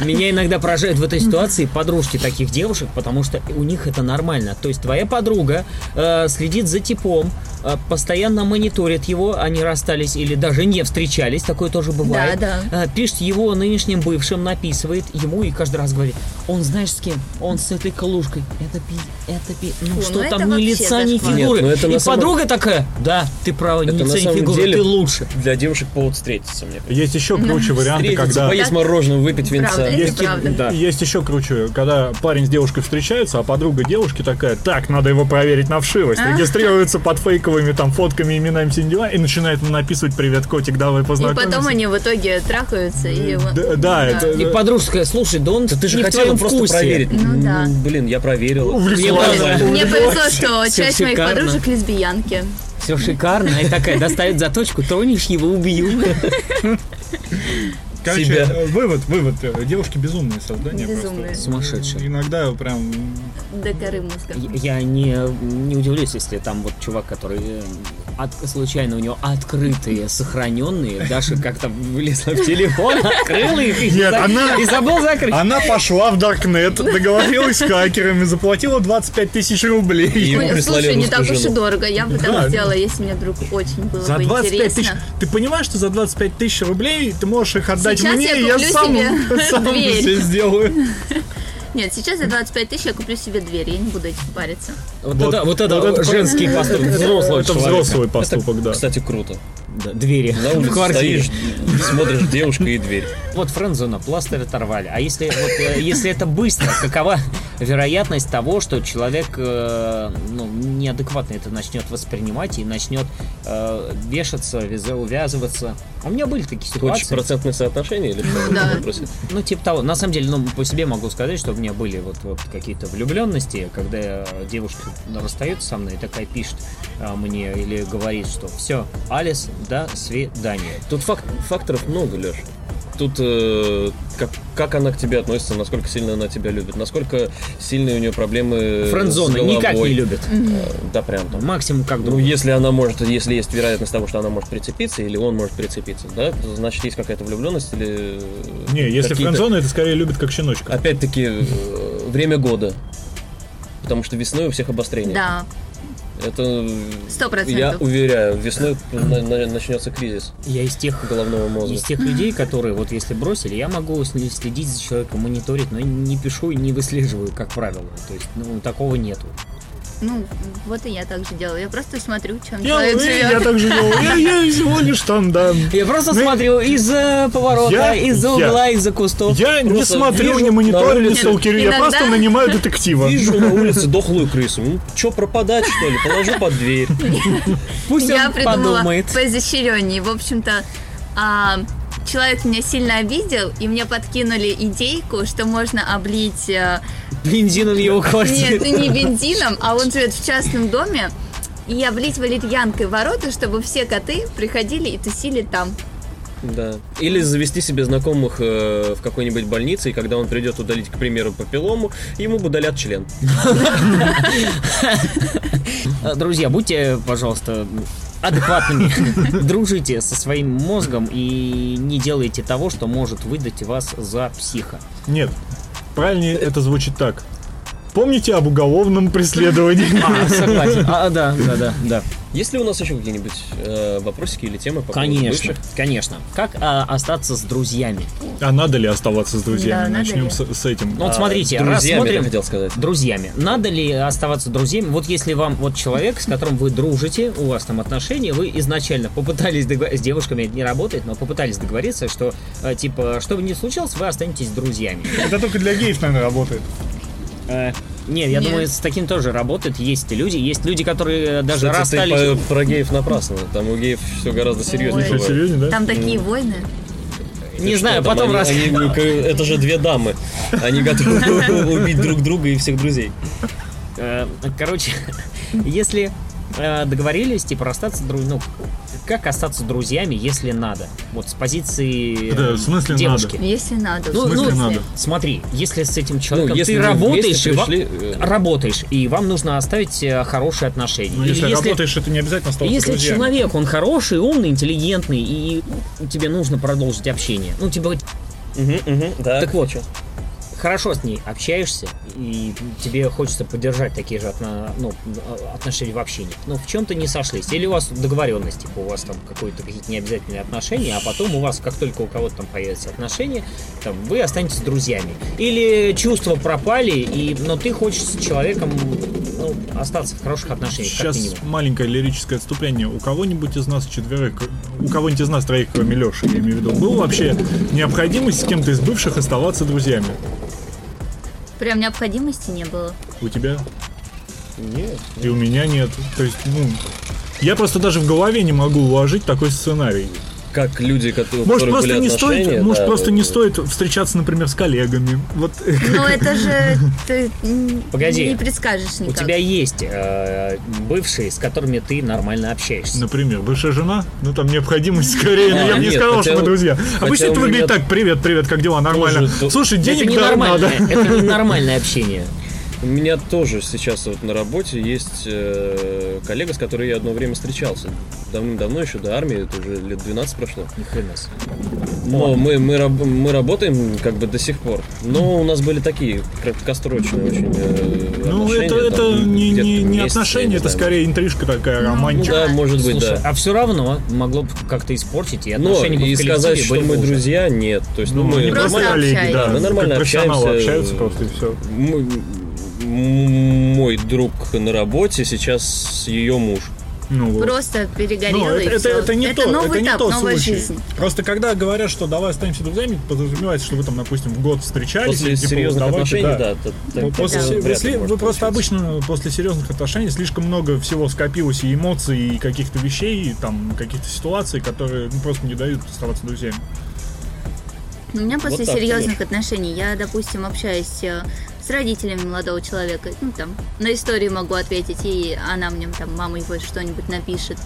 E: Меня иногда поражают в этой ситуации подружки таких девушек, потому что у них это нормально. То есть твоя подруга э, следит за типом, э, постоянно мониторит его, они расстались или даже не встречались, такое тоже бывает.
C: Да,
E: Э, пишет его нынешним бывшим, написывает ему и каждый раз говорит, он знаешь с кем? Он с этой калушкой. Это пи, это пи. Ну
C: Фу,
E: что
C: ну это
E: там, ни
C: вообще
E: лица, ни
C: зашквар.
E: фигуры.
D: Нет, ну это
E: и
D: на самом-
E: подруга такая, да, ты права, ни
D: Это на
E: лица, ни
D: самом
E: фигуры, а
D: деле-
E: ты лучше.
D: Для девушек повод встретиться мне.
F: Есть
C: (laughs)
F: еще круче
E: А
F: варианты,
D: Встретиться,
F: когда...
D: поесть мороженого, выпить
C: Правда,
D: винца.
C: Ну, это
F: Есть,
C: правда.
D: Да.
F: есть еще круче, когда парень с девушкой встречаются, а подруга девушки такая, так, надо его проверить на вшивость,
C: А?
F: регистрируется под фейковыми там фотками, именами Синдила и начинает ему написывать «Привет, котик, давай
C: И
F: познакомимся».
C: потом они в итоге трахаются и вот.
F: Д- Да, это... э,
E: И подружка, такая, слушай, да он
D: Да ты же
E: не в
D: хотела
E: твоем
D: просто
E: вкусе. Ну,
D: проверить.
C: Ну да.
D: Блин, я проверил.
E: Мне
C: Ой,
E: повезло.
C: Мне повезло, что
E: Всё
C: часть моих
E: шикарно.
C: подружек лесбиянки.
E: Все шикарно. (laughs) И такая достает заточку, тронешь его, убью.
F: Короче,
D: себя.
F: э, вывод, вывод. э, Девушки безумные создания
C: Безумные.
F: просто.
E: Сумасшедший.
F: Иногда прям...
C: До коры мозга.
E: Я не, не удивлюсь, если там вот чувак, который э, от- случайно у него открытые, сохраненные, Даша как-то вылезла в телефон, открыла их и,
F: Нет,
E: за-
F: она- А
E: и забыл закрыть.
F: Она пошла в Даркнет, договорилась с хакерами, заплатила 25 тысяч рублей.
D: Ему
C: Ой,
D: прислали
C: Слушай, не так
D: русскую
C: уж и
D: жену.
C: дорого. Я бы
F: Да.
C: так сделала, если мне вдруг очень было
F: За
C: бы
F: 25 тысяч.
C: интересно.
F: Ты понимаешь, что за 25 тысяч рублей ты можешь их отдать
C: Сейчас
F: мне,
C: я
F: и я
C: куплю
F: сам,
C: себе
F: (laughs) сам
C: дверь.
F: все сделаю.
C: Нет, сейчас за 25 тысяч я куплю себе дверь, я не буду этим париться.
E: Вот, это, вот это
F: вот это
E: женский поступок взрослого
F: Это
E: человека.
F: взрослый поступок, да.
D: Кстати, круто.
E: Да, двери
D: На
E: в
D: улице
E: квартире.
D: стоишь, смотришь девушка
E: (laughs)
D: и дверь.
E: Вот френдзона, пластырь оторвали. А если, вот, э, если это быстро, какова вероятность того, что человек э, ну, неадекватно это начнет воспринимать и начнет э, вешаться, вяз- увязываться? У меня были такие
D: Ты хочешь
E: ситуации.
D: процентное соотношение или что?
C: да.
D: Попросить?
E: Ну, типа того. На самом деле, ну, по себе могу сказать, что у меня были вот, вот какие-то влюбленности, когда э, девушка расстается со мной и такая пишет э, мне или говорит, что все, Алис, до свидания.
D: Тут фак- факторов много, Леш. Тут э, как, как она к тебе относится, насколько сильно она тебя любит, насколько сильные у нее
F: Э,
D: проблемы
E: Френдзона
D: с головой.
E: никак не любит.
D: Э, Да прям там.
E: Максимум как
D: Ну,
E: друг.
D: если она может, если есть вероятность того, что она может прицепиться, или он может прицепиться, да, то значит есть какая-то влюбленность или. э,
F: Не, если
D: какие-то-
F: френдзона, это скорее любит как щеночка.
D: Опять-таки, э, время года. Потому что весной у всех обострение.
C: Да,
D: Это. э,
C: сто
D: Я
C: процентов.
D: уверяю, весной на- на- начнется кризис
E: Я из тех
D: головного мозга.
E: Из тех людей, которые вот если бросили, я могу с ним следить за человеком, мониторить, но не пишу и не выслеживаю, как правило. То есть, ну, такого нету.
C: Ну, вот и я так же делаю. Я просто смотрю, чем
F: Я,
C: человек
F: я, я
C: живет.
F: так же делал. Я, я всего лишь там, да.
E: Я просто
F: Ну,
E: смотрю из-за поворота,
F: я-
E: из-за
F: я-
E: угла, из-за кустов.
F: Я не
D: Просто
F: смотрю,
D: вижу
F: не мониторю,
D: на
F: не
D: улице.
F: сталкерю, я
C: Иногда-
F: просто нанимаю детектива.
D: Вижу на улице дохлую крысу. Ну, чё, пропадать, что ли? Положу под дверь.
E: Пусть
C: (laughs) Я
E: он
C: придумала
E: подумает.
C: поизощреннее. В общем-то, а, человек меня сильно обидел, и мне подкинули идейку, что можно облить... а,
E: Бензином его
C: Нет, ну,
E: квартиры.
C: не бензином, а он живет в частном доме. И облить валерьянкой ворота, чтобы все коты приходили и тусили там.
D: Да. Или завести себе знакомых э, в какой-нибудь больнице, и когда он придет удалить, к примеру, папиллому, ему удалят член.
E: Э, Друзья, будьте, пожалуйста, адекватными. (laughs) Дружите со своим мозгом и не делайте того, что может выдать вас за психа.
F: Нет, правильнее это звучит так. Помните об уголовном преследовании?
D: (laughs)
E: А, согласен. А, да, да, да, да.
D: Есть ли у нас еще какие-нибудь э, вопросики или темы по поводу
E: Конечно,
D: бывших?
E: конечно. Как а, остаться с друзьями?
F: А надо ли оставаться с
C: Да,
F: друзьями?
C: надо
F: Начнем
C: ли?
F: с с этим.
E: Ну вот
D: А,
E: смотрите,
D: с друзьями,
E: раз
D: я
E: смотрим
D: хотел сказать.
E: друзьями, надо ли оставаться друзьями? Вот если вам вот человек, с которым вы дружите, у вас там отношения, вы изначально попытались догова- с девушками это не работает, но попытались договориться, что э, типа что бы ни случилось, вы останетесь друзьями.
F: Это только для геев, наверное, работает.
E: Э, Нет, я
C: Нет.
E: думаю, с таким тоже работает. Есть люди, есть люди, которые даже
D: Кстати, ты
E: расстались.
D: по- про геев напрасно. Там у геев все гораздо серьезнее
C: Ой.
F: Что,
D: бывает.
F: серьезно, да?
C: Там такие войны.
D: Ты
E: Не
D: что
E: знаю,
D: там,
E: потом
D: они-
E: раз.
D: они,
E: (laughs)
D: ну, к- Это же две дамы. Они (laughs) готовы убить друг друга и всех друзей.
E: (laughs) Э, Короче, если э, договорились, типа, расстаться друг ну, как остаться друзьями, если надо? Вот с позиции э,
F: Да, в смысле надо?
E: девушки.
C: Если надо.
E: Ну,
F: В смысле
E: ну,
F: надо?
E: Смотри, если с этим человеком
D: Ну, если
E: ты
D: вы
E: работаешь,
D: вместе
E: и вам-
D: пришли, э,
E: работаешь, и вам нужно оставить э, хорошие отношения.
F: Ну,
E: Или
F: если, работаешь, это не обязательно стало
E: если
F: друзьями.
E: человек, он хороший, умный, интеллигентный, и тебе нужно продолжить общение. Ну, типа,
D: э,
E: так вот, хорошо с ней общаешься, и тебе хочется поддержать такие же отно- ну, отношения в общении. Но в чем-то не сошлись. Или у вас договоренность, типа у вас там какое-то какие-то необязательные отношения, а потом у вас, как только у кого-то там появятся отношения, там, вы останетесь друзьями. Или чувства пропали, и, но ты хочешь с человеком ну, остаться в хороших отношениях, как
F: Сейчас
E: минимум.
F: маленькое лирическое отступление. У кого-нибудь из нас четверых, у кого-нибудь из нас троих, кроме Леши, я имею в виду, была вообще необходимость с кем-то из бывших оставаться друзьями?
C: Прям необходимости не было.
F: У тебя? Нет. И у меня нет. То есть, ну, я просто даже в голове не могу уложить такой сценарий.
D: Как люди, которые
F: Может,
D: у которых
F: просто
D: были
F: не стоит,
D: отношения,
F: может,
D: да, э,
F: просто
D: вот,
F: не стоит встречаться, например, с коллегами. Вот э,
C: Но Ну, это
F: (laughs)
C: же ты м,
E: Погоди.
C: не предскажешь
E: У
C: никак.
E: тебя есть э, бывшие, с которыми ты нормально общаешься.
F: Ну, Например, бывшая жена, ну там необходимость скорее, но
D: А,
F: я бы не
D: нет,
F: сказал,
D: хотя
F: что мы
D: у-
F: друзья.
D: хотя
F: Обычно
D: у
F: это выглядит
D: меня-
F: так, привет, привет, как дела, нормально.
D: Тоже, да.
F: Слушай, денег
E: это
F: да, надо.
D: (laughs)
E: ненормальное, это ненормальное общение.
D: У меня тоже сейчас вот на работе есть э, коллега, с которой я одно время встречался. Давным-давно, еще до армии, это уже лет 12 прошло.
E: Ни хрена себе.
D: Но Ну, мы, мы, раб- мы работаем как бы до сих пор. Но у нас были такие краткосрочные очень э,
F: Ну,
D: отношения,
F: это,
D: там,
F: это не,
D: где-то
F: не, не
D: месяц, я
F: отношения,
D: не
F: это
D: знаю.
F: скорее интрижка такая,
D: Ну
F: романтика.
D: да, может быть,
E: Слушай,
D: да.
E: а все равно могло бы как-то испортить и
D: Но
E: отношения бы в
D: и
E: коллективе
D: сказать, что
E: были бы
D: мы
E: уже.
D: друзья, нет. То есть, ну, мы
C: Просто
D: нормально-
C: общаетесь.
F: да.
D: Да, мы нормально
F: как профессионалы
D: общаемся.
F: общаются просто и все.
D: Мой, м- мой друг на работе сейчас ее муж.
F: Ну, вот.
C: Просто перегорело
F: Ну,
C: и
F: это, это-
C: всё.
F: это не
C: Это
F: то,
C: новый
F: это не
C: этап,
F: тот
C: новая
F: случай.
C: жизнь.
F: Просто когда говорят, что давай останемся друзьями, подразумевается, что вы там, допустим, в год встречались.
D: После
F: и, типа,
D: серьезных
F: давайте, да.
D: отношений, да. т- так-
F: Ну, после
D: так
F: се-
D: вряд ли
F: если-
D: может
F: вы просто
D: получиться.
F: обычно после серьезных отношений слишком много всего скопилось и эмоций, и каких-то вещей, и там каких-то ситуаций, которые ну, просто не дают оставаться друзьями.
C: У меня после
D: так,
C: серьезных отношений, я, допустим, общаюсь э, с родителями молодого человека, ну там, на истории могу ответить, и она мне там, мама его что-нибудь напишет.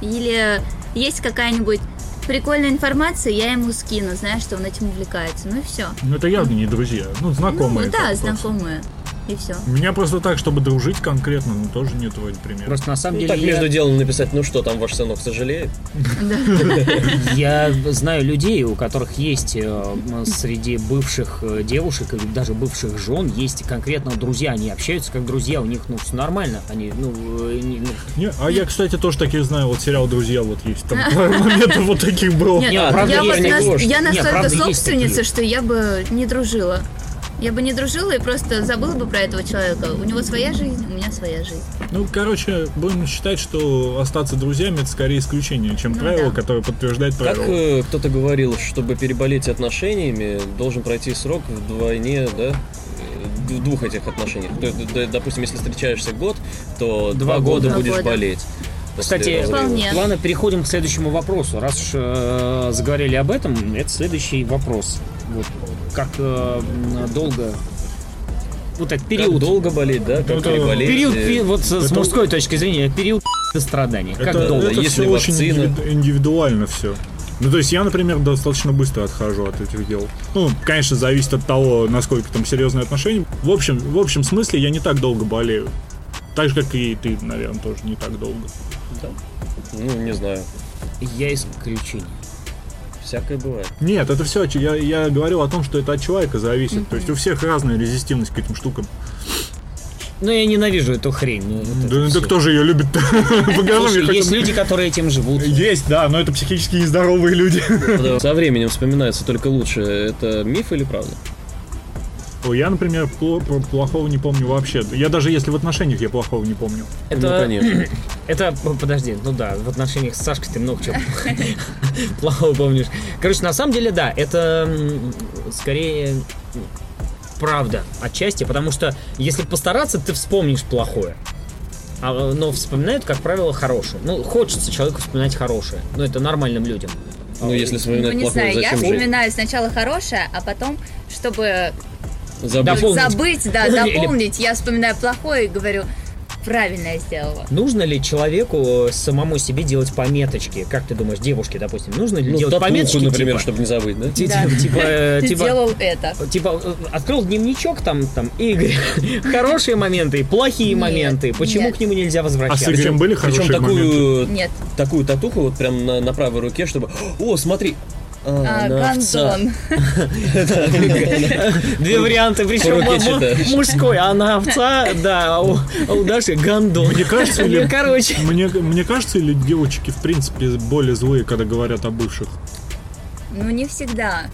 C: Или есть какая-нибудь прикольная информация, я ему скину, знаю, что он этим увлекается. Ну и все.
F: Ну это явно не друзья, ну знакомые.
C: ну да,
F: так просто.
C: знакомые. И все.
F: У меня просто так, чтобы дружить конкретно, ну тоже нет вроде примера.
E: Просто на самом
D: Ну,
E: деле
D: так
E: я-
D: между делом написать, ну что, там ваш сынок сожалеет?
E: я, знаю людей, у которых есть э, м, среди бывших э, девушек или даже бывших жен есть конкретно друзья, они общаются как друзья, у них ну все нормально, они ну, э, не- ну,
F: Не, а я, кстати, тоже таких знаю, вот сериал «Друзья» вот есть,
C: (laughs)
F: там пару моментов вот таких было.
C: Нет,
E: Не, правда,
C: я,
E: есть
C: вот
E: такие.
C: нас-
D: Нет,
C: я настолько
E: правда, есть
C: собственница,
E: такие.
C: что я бы не дружила. Я бы не дружила и просто забыла бы про этого человека. У него своя жизнь, у меня своя жизнь.
F: Ну, короче, будем считать, что остаться друзьями это скорее исключение, чем
C: Ну
F: правило,
C: да.
F: которое подтверждает
D: Как
F: правило.
D: э, кто-то говорил, чтобы переболеть отношениями, должен пройти срок вдвойне, да? э, В двух этих отношениях. То есть, д- допустим, если встречаешься год, то
E: Два
D: два, года,
C: года.
D: будешь
C: Два года.
D: болеть. после
E: Кстати,
D: разрыва.
C: Вполне.
E: ладно, переходим к следующему вопросу. Раз уж э, заговорили об этом, это следующий вопрос. Вот как э, м, долго вот этот
D: Как
E: период
D: долго болеть, да? Как
F: это
D: переболеть?
E: Период,
D: э,
E: пи- вот с- с
F: это-
E: мужской точки зрения, период пи- страдания. Как
F: это,
E: долго?
F: это
D: Если
F: все очень
D: вакцина-
F: индивиду- индивидуально все. Ну, то есть я, например, достаточно быстро отхожу от этих дел. Ну, конечно, зависит от того, насколько там серьезные отношения. В общем, в общем смысле я не так долго болею. Так же, как и ты, наверное, тоже не так долго.
D: Ну, не знаю.
E: Я исключение.
D: Всякое бывает.
F: Нет, это все, я, я говорил о том, что это от человека зависит. То есть у всех разная резистивность к этим штукам.
E: Ну, я ненавижу эту хрень. ну, вот это
F: Да, да
E: всё.
F: кто же ее любит-то?
E: (laughs)
F: Поговори,
E: Слушай,
F: хоть
E: есть
F: он-
E: люди, которые этим живут.
F: Есть, да, но это психически нездоровые люди. (laughs)
D: (laughs) Да. Со временем вспоминается только лучше. Это миф или правда?
F: Ой, Я, например, пло- про- плохого не помню вообще. Я даже если в отношениях я плохого не помню.
E: Это-
D: Ну, (clears throat) конечно.
E: Это, ну, подожди, ну да, в отношениях с Сашкой ты много чего (laughs) плохого помнишь. Короче, на самом деле, да, это м, скорее м, правда отчасти, потому что если постараться, ты вспомнишь плохое. А, э, но вспоминают, как правило, хорошее. Ну, хочется человеку вспоминать хорошее. Ну, это нормальным людям.
D: Ну, если
C: Ну,
D: вспоминать
C: не
D: плохое,
C: знаю, я
D: зачем жить?
C: вспоминаю сначала хорошее, а потом, чтобы
D: Забыть.
E: Дополнить.
D: Ну,
C: забыть, да,
E: Или-
C: дополнить, я вспоминаю плохое и говорю, правильно я сделала.
E: Нужно ли человеку э, самому себе делать пометочки? Как ты думаешь, девушке, допустим, нужно ли
D: Ну,
E: делать
D: татуху,
E: пометочки?
D: например,
E: типа,
D: чтобы не забыть, да?
E: ти-
C: Да.
E: ти-
C: (laughs)
E: типа, э,
C: Ты
E: типа,
C: сделал это.
E: типа, э, открыл дневничок там, там, Игорь, (laughs) хорошие моменты, и плохие
C: Нет,
E: моменты. Почему
C: нет.
E: к нему нельзя
F: А с
E: возвращаться?
F: Игорем были
D: Причем
F: хорошие моменты?
D: такую,
C: Нет,
D: такую татуху вот прям на, на правой руке, чтобы... О, смотри!
C: а,
D: она овца.
C: гандон.
E: Две варианты, причем
D: руке
E: м- м-
D: читаешь.
E: мужской, а она овца, да, а у, а у Даши гондон.
F: (laughs) Мне кажется,
E: Ну,
F: или...
E: Короче,
F: Мне, мне кажется, или девочки, в принципе, более злые, когда говорят о бывших?
C: Ну, не всегда.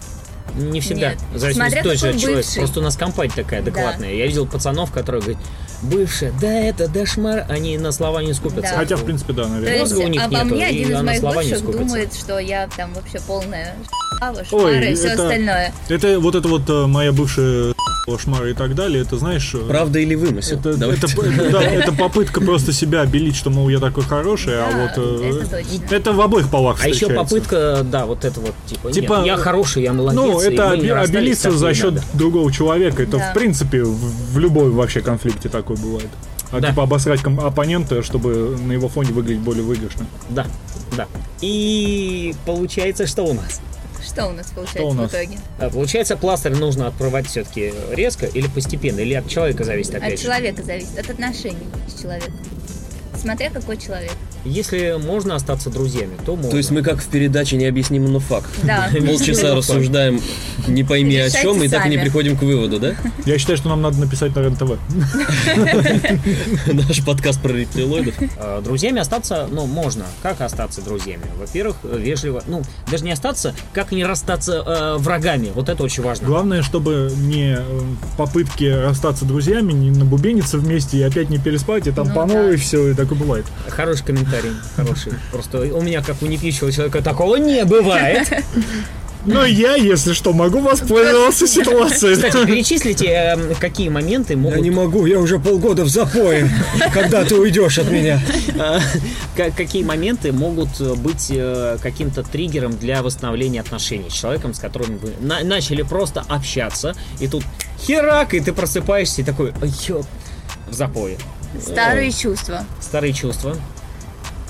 E: не всегда.
C: Нет.
E: В зависимости
C: Смотря
E: тоже от
C: какой
E: человека.
C: бывший.
E: э, Просто у нас компания такая
C: Да.
E: адекватная. Я видел пацанов, которые говорят, бывшая, да это, да шмар, они на слова не скупятся.
C: Да.
F: Хотя, в принципе, да,
C: То
F: наверное.
C: есть
E: Мозга у них
C: обо
E: нету,
C: мне
E: и
C: один из
E: она
C: моих
E: слова не
C: бывших
E: скупится.
C: думает, что я там вообще полная шпава,
F: Ой,
C: шпара и все
F: это-
C: остальное.
F: Это вот это вот э, моя бывшая (laughs) шмара и так далее, это знаешь... э,
D: Правда или вымысел?
F: Это,
D: Давай.
F: это- это, да, это попытка просто себя обелить, что, мол, я такой хороший, а
C: Да,
F: вот... э,
C: это точно.
F: это в обоих полах
E: А еще
F: встречается.
E: попытка, да, вот это вот, типа,
F: Типа,
E: нет, я хороший, я молодец.
F: Ну,
E: и
F: это
E: мы не
F: обе-
E: расстались,
F: обелиться
E: так
F: за
E: не
F: счет
E: надо.
F: другого человека. Это,
C: Да.
F: в принципе, в, в любой вообще конфликте такой бывает. А
E: Да.
F: типа обосрать ком- оппонента, чтобы на его фоне выглядеть более выигрышно.
E: Да, да. И получается, что у нас?
C: Что у нас
F: Что
C: получается
F: у нас?
C: в итоге?
E: А, Получается, пластырь нужно открывать все-таки резко или постепенно, или от человека зависит опять
C: От
E: же?
C: человека зависит, от отношений с человеком. Смотря какой человек.
E: Если можно остаться друзьями, то можно.
D: То есть мы как в передаче необъяснимо, но факт.
C: Да.
D: Полчаса рассуждаем, не пойми о
C: Решайте
D: чем, и так и не
C: сами.
D: приходим к
C: (laughs)
D: выводу, да?
F: Я считаю, что нам надо написать на РЕН-ТВ.
D: Наш подкаст про рептилоидов.
E: Э, Друзьями остаться, ну, можно. Как остаться друзьями? Во-первых, э, вежливо. Ну, даже не остаться, как не расстаться э, врагами. Вот это очень важно.
F: Главное, чтобы не э, в попытке расстаться друзьями, не набубениться вместе и опять не переспать, и там
C: Ну
F: по
C: да.
F: новой все, и такое бывает.
E: Хороший комментарий, хороший. Просто у меня, как у непьющего человека, такого не бывает.
F: Но я, если что, могу воспользоваться ситуацией.
E: Кстати, перечислите, э, какие моменты могут...
D: могу, я уже полгода в запое, когда ты уйдешь от меня.
E: э, ка- Какие моменты могут э, быть э, каким-то триггером для восстановления отношений с человеком, с которым вы на- начали просто общаться, и тут херак, и ты просыпаешься и такой, «Ой, ёп, в запое.
C: Старые чувства,
E: Старые чувства.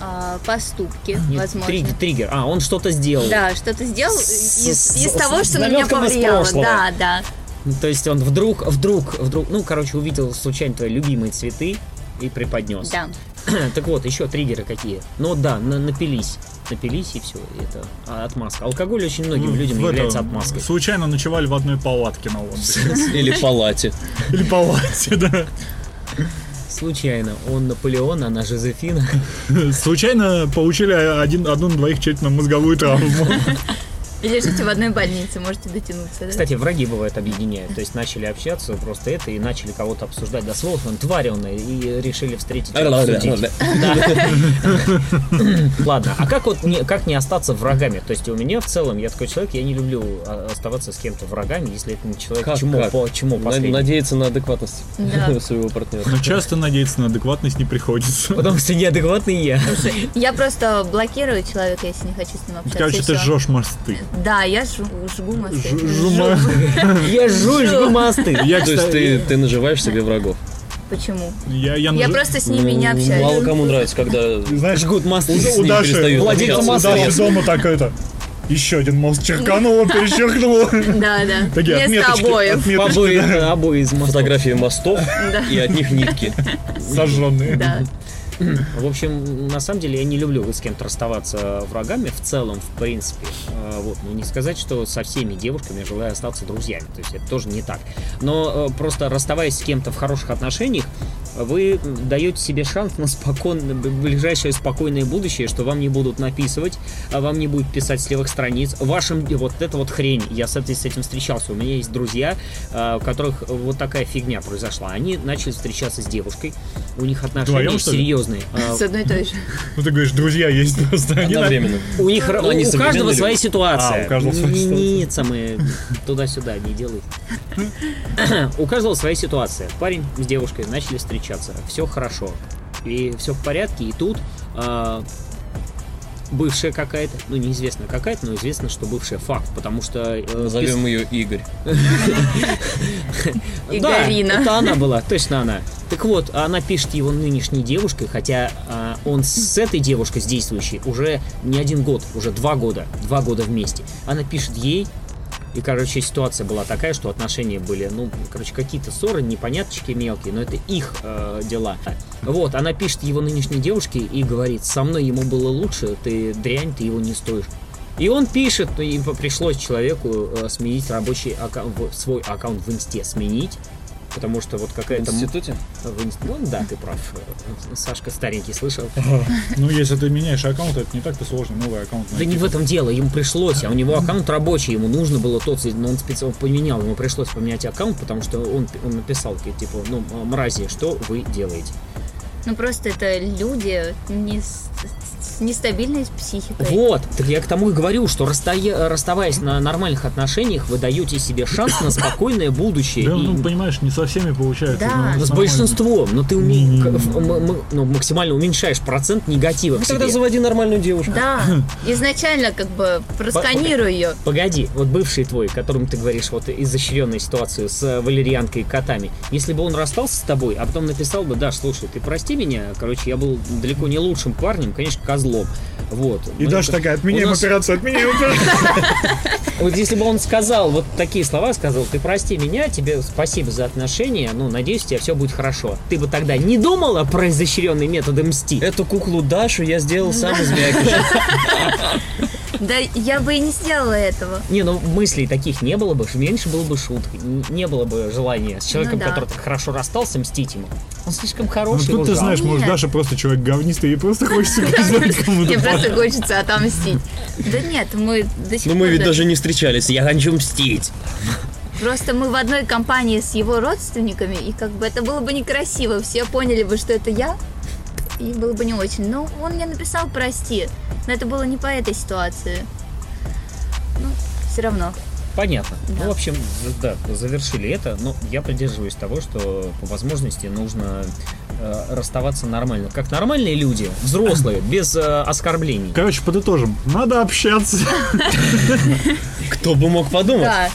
C: а, поступки,
E: Не,
C: возможно.
E: триг- триггер. А, он что-то сделал.
C: Да, что-то сделал
E: С-
C: из,
E: с-
C: из
E: с
C: того, что на меня
E: намёком из
C: повлияло.
E: прошлого.
C: Да, да.
E: Ну, То есть он вдруг, вдруг, вдруг, ну, короче, увидел случайно твои любимые цветы и преподнес.
C: Да.
E: (clears throat) так вот, еще триггеры какие. Ну да, на- напились. Напились и все. Это а, отмазка. Алкоголь очень многим людям
F: Ну, В это,
E: является отмазкой.
F: Случайно ночевали в одной палатке на отдыхе.
D: Или в палате.
F: Или палате, да.
E: Случайно. Он Наполеон, она Жозефина.
F: Случайно получили один, одну на двоих черепно-мозговую травму.
C: И лежите в одной больнице, можете дотянуться. да?
E: Кстати, враги бывают объединяют. То есть начали общаться просто это и начали кого-то обсуждать до слов. Он тварь он и решили встретить. и обсудить. Ладно, а как вот не, как не остаться врагами? То есть у меня в целом, я такой человек, я не люблю а, оставаться с кем-то врагами, если это не человек,
D: Как,
E: чему,
D: как?
E: по, чему
D: На-
E: последний.
D: Надеяться на адекватность
C: Да.
D: (laughs) своего партнера.
F: Но часто надеяться на адекватность не приходится.
E: Потому что неадекватный я.
C: Я просто блокирую человека, если не хочу с ним общаться. и
F: Короче, ты
C: всё.
F: жжешь мосты.
C: Да, я жгу, жгу мосты.
F: Ж- жума-
E: Я жужжу мосты.
F: Я,
D: То есть ты, ты наживаешь себе врагов.
C: Почему?
F: Я, я
C: Я
F: нажи-
C: просто с ними не
D: Ну,
C: общаюсь.
D: Мало кому нравится, когда
F: Знаешь,
E: Жгут мосты.
D: с
F: у, у
D: ним
F: Даши,
D: перестают
F: у
D: общаться.
F: Даши дома так это... Еще один мост
C: (laughs)
F: черкануло, перечеркнуло.
C: Да, да.
F: Такие
C: Вместо
F: отметочки,
C: обоев.
F: отметочки
E: Обои, обои из мостов.
D: Фотографии мостов и от них нитки.
F: сожженные.
C: Да.
E: В общем, на самом деле я не люблю с кем-то расставаться врагами в целом, в принципе. Э, Вот, ну не сказать, что со всеми девушками я желаю остаться друзьями, то есть это тоже не так. Но э, просто расставаясь с кем-то в хороших отношениях, вы даете себе шанс на спокойное, ближайшее спокойное будущее, что вам не будут написывать, а вам не будут писать с левых страниц. Вашим вот это вот хрень. Я с этой- с этим встречался. У меня есть друзья, э, у которых вот такая фигня произошла. Они начали встречаться с девушкой. У них отношения
F: Вдвоем, что ли?
E: серьезные. Э,
C: С одной и той же.
F: Ну ты говоришь, друзья есть просто. они на-
D: Одновременно.
E: у них ра-
D: Ну, они
E: у
D: современные
E: каждого
D: люди.
E: своя ситуация.
F: А, у каждого своя
E: Не-
F: ситуация.
E: не самые туда-сюда не делай. (coughs) У каждого своя ситуация. Парень с девушкой начали встречаться. Все хорошо. И все в порядке. И тут а, бывшая какая-то, ну неизвестно какая-то, но известно, что бывшая факт, потому что... э,
D: Назовем ее Игорь.
E: пис- Да,
C: Игорина.
E: это она была, точно она. Так вот, она пишет его нынешней девушкой, хотя а, он с этой девушкой, с действующей, уже не один год, уже два года, два года вместе. Она пишет ей, и, короче, ситуация была такая, что отношения были, ну, короче, какие-то ссоры, непоняточки мелкие, но это их э, дела. Вот, она пишет его нынешней девушке и говорит, со мной ему было лучше, ты дрянь, ты его не стоишь. И он пишет, ну, им пришлось человеку э, сменить рабочий аккаунт, в- свой аккаунт в инсте сменить, потому что вот
D: В
E: какая-то... м-
D: институте?
E: в инст- Ну да, ты прав. э, Сашка старенький слышал.
F: Ну, если ты меняешь аккаунт, это не так-то сложно, новый аккаунт
E: Да
F: найти.
E: не в этом дело, ему пришлось, а у него аккаунт рабочий, ему нужно было тот, но он специально поменял, ему пришлось поменять аккаунт, потому что он, он написал, типа, ну, мрази, что вы делаете?
C: Ну просто это люди не с, с нестабильной психикой.
E: Вот, так я к тому и говорю, что расстая- расставаясь на нормальных отношениях, вы даете себе шанс на спокойное будущее.
F: Да,
E: и-
F: ну, понимаешь, не со всеми получается.
C: Да. Да
F: ну,
C: с
E: с
F: нормально.
E: большинством, но ты уме-
F: Не-не-не.
E: к- в- м- м- ну, максимально уменьшаешь процент негатива.
D: Ну,
E: в
D: Тогда
E: себе.
D: заводи нормальную девушку.
C: Да, изначально как бы просканируй ее.
E: Погоди, вот бывший твой, которому ты говоришь вот изощренную ситуацию с э, валерьянкой и котами, если бы он расстался с тобой, а потом написал бы, Даш, слушай, ты прости меня, короче, я был далеко не лучшим парнем, конечно, козлом, вот.
F: И
E: Ну,
F: Даша
E: это-
F: такая,
E: у
F: отменяем
E: нас- (laughs)
F: операцию, отменяем операцию.
E: Вот если бы он сказал вот такие слова, сказал, ты прости меня, тебе спасибо за отношения, ну, надеюсь, у тебя все будет хорошо. Ты бы тогда не думала про изощренные методы мсти?
D: Эту куклу Дашу я сделал сам из мякиша.
C: Да я бы и не сделала
D: (laughs)
C: этого.
E: Не, ну мыслей таких не было бы, меньше было бы шуток, н- не было бы желания с человеком,
C: Ну да.
E: который так хорошо расстался, мстить ему. Он слишком
F: Ну,
E: хороший, его
F: тут ты
E: жалко.
F: знаешь, может,
C: Нет.
F: Даша просто человек говнистый, и просто хочется признать кому-то.
C: Мне просто хочется отомстить. Да нет, мы до сих
D: Ну мы
C: пор
D: ведь
C: да-
D: даже не встречались, я хочу мстить.
C: Просто мы в одной компании с его родственниками, и как бы это было бы некрасиво. Все поняли бы, что это я, и было бы не очень. Но он мне написал «прости», но это было не по этой ситуации. Ну, все равно.
E: Понятно.
C: Да.
E: Ну, в общем, з- да, завершили это, но я придерживаюсь того, что по возможности нужно э, расставаться нормально. Как нормальные люди, взрослые, без э, оскорблений.
F: Короче, подытожим. Надо общаться.
C: ну,
D: Кто бы мог подумать?
C: Да.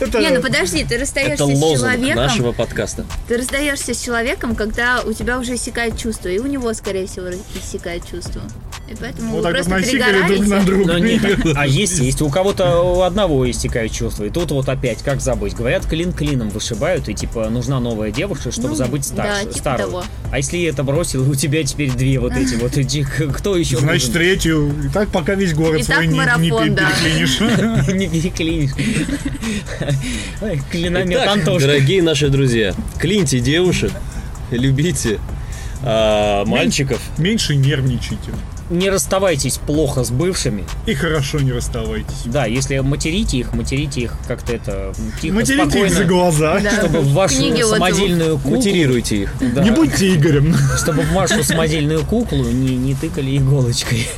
F: Это-
C: Не, ну подожди, ты расстаешься
D: Это
C: с
D: лозунг
C: человеком,
D: нашего подкаста.
C: ты расстаешься с человеком, когда у тебя уже иссякает чувство, и у него, скорее всего, иссякает чувство. И поэтому
F: Вот
C: вы
F: так вот
C: просто
F: насикали друг
C: перегораете.
F: на друга.
E: Но нет, а есть, есть. У кого-то у одного истекают чувства. И тут вот опять, как забыть? Говорят, клин клином вышибают, и типа нужна новая девушка, чтобы
C: Ну,
E: забыть
C: да,
E: старш-
C: типа
E: старую.
C: того.
E: А если я это бросил, у тебя теперь две вот эти вот. иди, к- Кто еще?
F: Значит,
E: нужен?
F: третью. И так пока весь город
C: И
F: свой
C: так
F: не, не
C: марафон,
F: пе-
C: да.
E: (laughs)
F: переклинишь.
E: Не переклинишь. Ой, Клиномет
D: Итак,
E: Антошка.
D: дорогие наши друзья, клиньте девушек, любите а, мальчиков.
F: (laughs) Меньше нервничайте.
E: Не расставайтесь плохо с бывшими.
F: И хорошо не расставайтесь.
E: Да, если материте их, материте их как-то это м, тихо,
F: Материте их за
E: спокойно.
F: глаза.
C: Да.
E: Чтобы в вашу
C: Книги отзывов.
E: самодельную куклу...
D: Материруйте их.
E: Да,
F: Не будьте Игорем.
E: Чтобы в вашу самодельную куклу не, не тыкали иголочкой.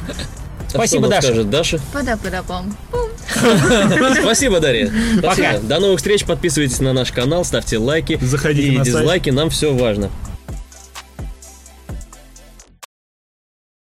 D: А Что
E: Спасибо,
D: нам
E: Даша.
D: скажет Даша?
C: Пада-пада-пам.
D: Спасибо, Дарья. Спасибо.
E: Пока.
D: До новых встреч. Подписывайтесь на наш канал, ставьте лайки
F: Заходите
D: и
F: на сайт.
D: дизлайки. Нам все важно.